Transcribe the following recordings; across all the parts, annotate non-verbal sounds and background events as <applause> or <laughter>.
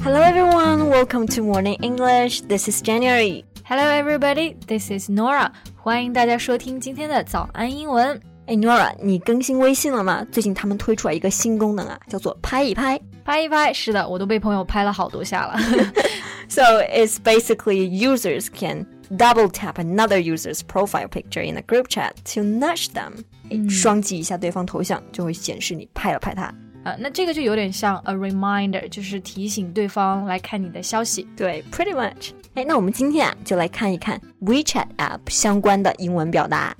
Hello everyone, welcome to Morning English. This is January. Hello, everybody. This is Nora. 欢迎大家收听今天的早安英文。哎，Nora，你更新微信了吗？最近他们推出来一个新功能啊，叫做拍一拍。拍一拍，是的，我都被朋友拍了好多下了。 <laughs> So it's basically users can double tap another user's profile picture in a group chat to nudge them. 哎双击一下对方头像，就会显示你拍了拍他。呃，那这个就有点像 a reminder，就是提醒对方来看你的消息。对，pretty much。哎，那我们今天啊，就来看一看 WeChat app 相关的英文表达。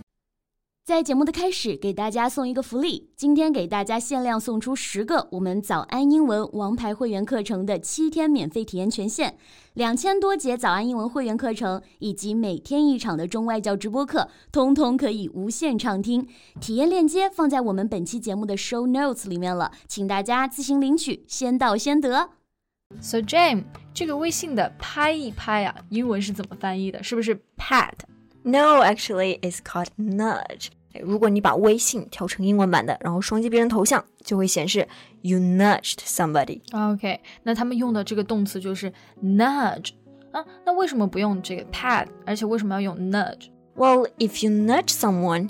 在节目的开始，给大家送一个福利，今天给大家限量送出十个我们早安英文王牌会员课程的七天免费体验权限，两千多节早安英文会员课程以及每天一场的中外教直播课，通通可以无限畅听。体验链接放在我们本期节目的 show notes 里面了，请大家自行领取，先到先得。 So Jam，这个微信的拍一拍啊，英文是怎么翻译的？是不是 pat？ No, actually, it's called nudge. 哎如果你把微信调成英文版的，然后双击别人头像，就会显示 you nudged somebody。 OK，那他们用的这个动词就是 nudge 啊，那为什么不用这个 pat？而且为什么要用 nudge？ Well, if you nudge someone,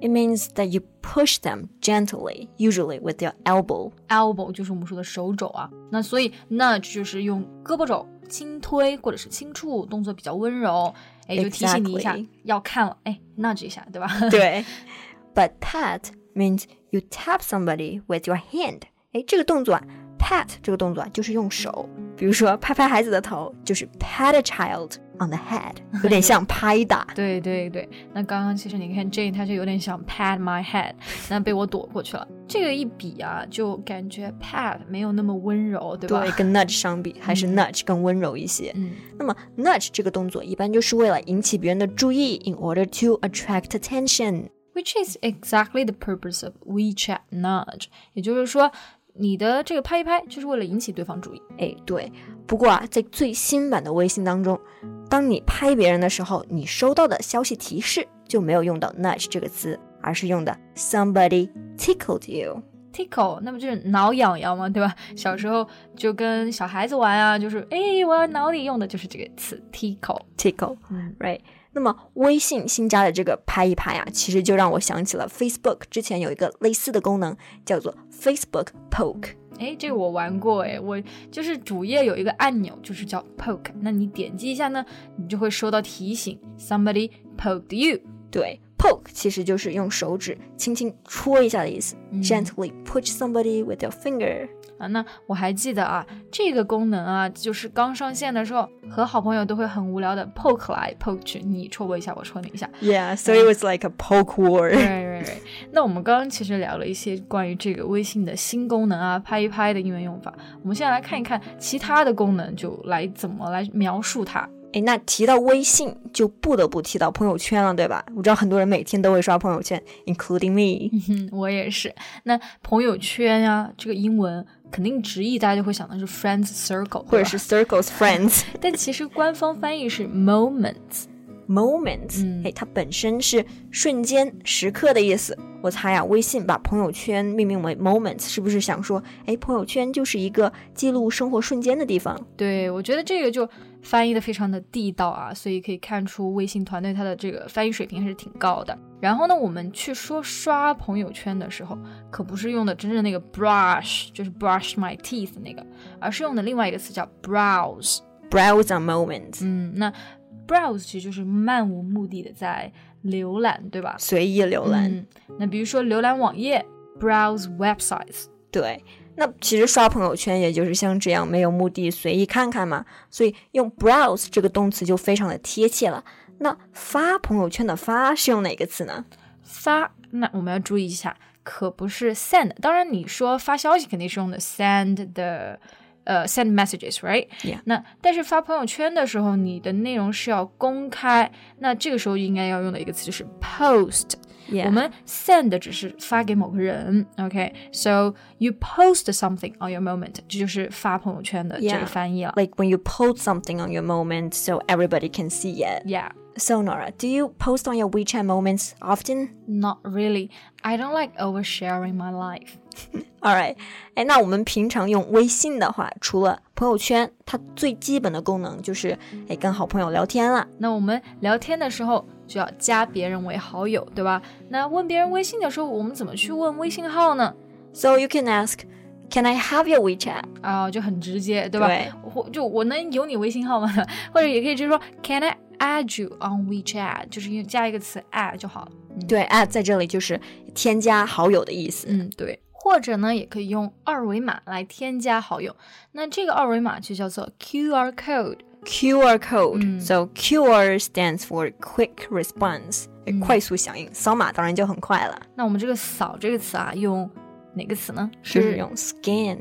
it means that you push them gently, usually with your elbow. <laughs> elbow 就是我们说的手肘啊，那所以 nudge 就是用胳膊肘轻推或者是轻触，动作比较温柔，哎，就提醒你一下 Exactly 要看了，哎，nudge 一下，对吧？ But pat means you tap somebody with your hand. 哎，这个动作啊，pat 这个动作啊，就是用手，比如说拍拍孩子的头，就是 pat a child on the head，有点像拍打。 <laughs> 对对对，那刚刚其实你看 Jane，她就有点想 pat my head，那被我躲过去了。这个一比啊，就感觉 pat 没有那么温柔，对吧？对，跟 nudge 相比，还是嗯 nudge 更温柔一些。嗯那么 nudge 这个动作一般就是为了引起别人的注意，in order to attract attention。 ，which is exactly the purpose of WeChat nudge，也就是说，你的这个拍一拍就是为了引起对方注意。哎，对。不过啊，在最新版的微信当中，当你拍别人的时候，你收到的消息提示就没有用到 nudge 这个词，而是用的 somebody tickled you。 <laughs> tickle，那么就是挠痒痒嘛，对吧？小时候就跟小孩子玩啊，就是哎，我要挠你，用的就是这个词 tickle。 tickle，嗯，right。那么微信新加的这个拍一拍啊，其实就让我想起了 Facebook 之前有一个类似的功能，叫做 Facebook Poke。哎，这个我玩过哎，我就是主页有一个按钮，就是叫 poke，那你点击一下呢，你就会收到提醒，somebody poked you。对，poke 其实就是用手指轻轻戳一下的意思、g e n t l y push somebody with your finger。啊，那我还记得啊，这个功能啊，就是刚上线的时候，和好朋友都会很无聊的 poke 来 poke 去，你戳我一下，我戳你一下， <laughs> Yeah, so it was like a poke <laughs> war. 对对对，那我们刚刚其实聊了一些关于这个微信的新功能啊，拍一拍的英文用法。我们现在来看一看其他的功能，就来怎么来描述它。 <laughs> 哎，那提到微信，就不得不提到朋友圈了，对吧？我知道很多人每天都会刷朋友圈，including me。嗯，我也是。那朋友圈呀、这个英文肯定直译大家就会想的是 friends circle，或对者吧是 circles <laughs> friends 但其实官方翻译是 moments。 moments，嗯哎、它本身是瞬间、时刻的意思。我猜啊，微信把朋友圈命名为 moments，是不是想说，哎，朋友圈就是一个记录生活瞬间的地方？对，我觉得这个就翻译的非常的地道啊，所以可以看出微信团队它的这个翻译水平还是挺高的。然后呢，我们去说刷朋友圈的时候，可不是用的真正那个 brush，就是 brush my teeth 那个，而是用的另外一个词叫 browse。 Browse on moments，、嗯，那 browse 其实就是漫无目的的在浏览，对吧？随意浏览。嗯，那比如说浏览网页，browse websites。对，那其实刷朋友圈也就是像这样没有目的随意看看嘛，所以用 browse 这个动词就非常的贴切了。那发朋友圈的发是用哪个词呢？发，那我们要注意一下，可不是 send。当然，你说发消息肯定是用的 send 的，呃，send messages，right？、 Yeah 那但是发朋友圈的时候，你的内容是要公开，那这个时候应该要用的一个词就是 post。我们 send 只是发给某个人，OK？So、you post something on your moment，这就是发朋友圈的这 Yeah 个翻译了。 like when you post something on your moment so everybody can see it. Yeah， So, Nora, do you post on your WeChat moments often? Not really. I don't like oversharing my life. All right，哎，那我们平常用微信的话，除了朋友圈，它最基本的功能就是，哎，跟好朋友聊天啦。那我们聊天的时候就要加别人为好友，对吧？那问别人微信的时候，我们怎么去问微信号呢？ So you can ask, "Can I have your WeChat?" 啊、就很直接，对吧？或就我能有你微信号吗？ <laughs> 或者也可以直接说 Can I add you on WeChat？就是用加一个词 add 就好了。对，add 在这里就是添加好友的意思。嗯，对。或者呢，也可以用二维码来添加好友。那这个二维码就叫做 QR code。 QR code. 嗯。 So QR stands for quick response，、呃嗯快速响应。扫码当然就很快了，那我们这个扫这个词啊，用哪个词呢？就是用 scan。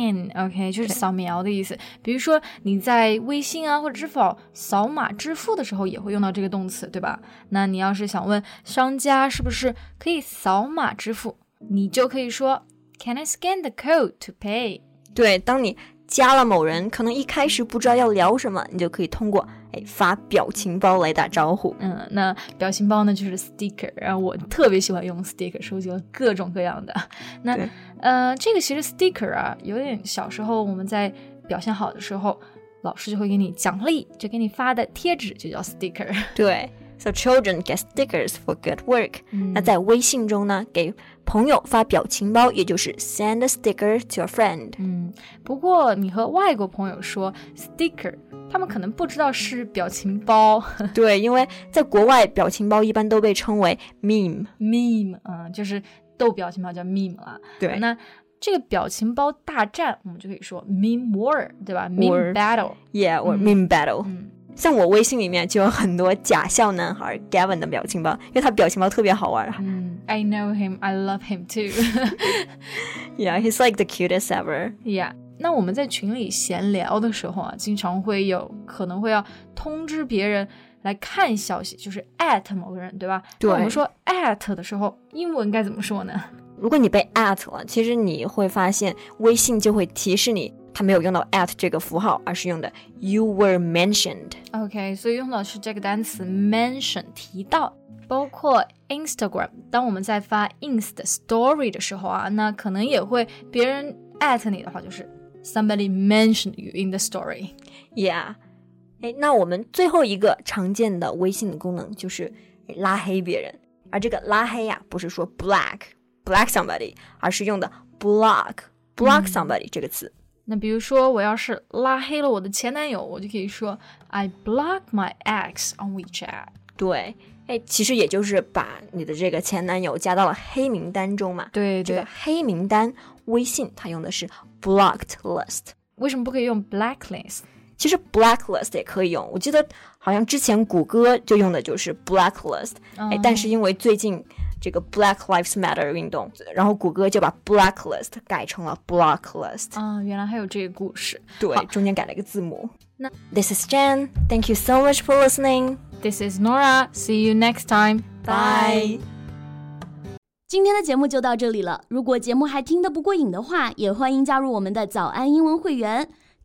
scan，OK，、就是嗯对扫描的意思。比如说你在微信啊或者支付宝扫码支付的时候，也会用到这个动词，对吧？那你要是想问商家是不是可以扫码支付，你就可以说 Can I scan the code to pay？对，当你加了某人，可能一开始不知道要聊什么，你就可以通过哎发表情包来打招呼。嗯，那表情包呢就是 sticker，然后我特别喜欢用 sticker，收集了各种各样的。那对呃，这个其实 sticker 啊，有点小时候我们在表现好的时候，老师就会给你奖励，就给你发的贴纸就叫 sticker。对，So children get stickers for good work、嗯那在微信中呢，给朋友发表情包，也就是 send a sticker to a friend。嗯，不过你和外国朋友说 sticker，他们可能不知道是表情包对，因为在国外，表情包一般都被称为 meme。 meme，嗯，就是逗表情包叫 meme 啦。对那这个表情包大战，我们就可以说 meme war，对吧 War 哦？meme battle。 Yeah, or 嗯 meme battle、嗯像我微信里面就有很多假笑男孩 Gavin 的表情包，因为他表情包特别好玩。啊嗯，I know him, I love him too 。 <laughs> Yeah, he's like the cutest ever. yeah，那我们在群里闲聊的时候啊，经常会有可能会要通知别人来看消息，就是 at 某个人，对吧？那我对们说 at 的时候，英文该怎么说呢？如果你被 at 了，其实你会发现微信就会提示你，它没有用到 at 这个符号，而是用的 you were mentioned。 OK，所以用到是这个单词 mention 提到，包括 Instagram。当我们在发 ins 的 story 的时候啊，那可能也会别人 at 你的话，就是 somebody mentioned you in the story。 Yeah，哎，那我们最后一个常见的微信的功能就是拉黑别人，而这个拉黑呀、不是说 black black somebody，而是用的 block 嗯 block somebody 这个词。那比如说，我要是拉黑了我的前男友，我就可以说 I block my ex on WeChat。对，哎，其实也就是把你的这个前男友加到了黑名单中嘛。对这对个，黑名单，微信它用的是 blocked list。为什么不可以用 blacklist？其实 blacklist 也可以用，我记得好像之前谷歌就用的就是 blacklist，哎、但是因为最近这个 Black Lives Matter 运动，然后谷歌就把 blacklist 改成了 blocklist，、嗯，原来还有这个故事。对，中间改了一个字母。那 This is Jen. Thank you so much for listening. This is Nora. See you next time. Bye. 今天的节目就到这里了。如果节目还听得不过瘾的话，也欢迎加入我们的早安英文会员。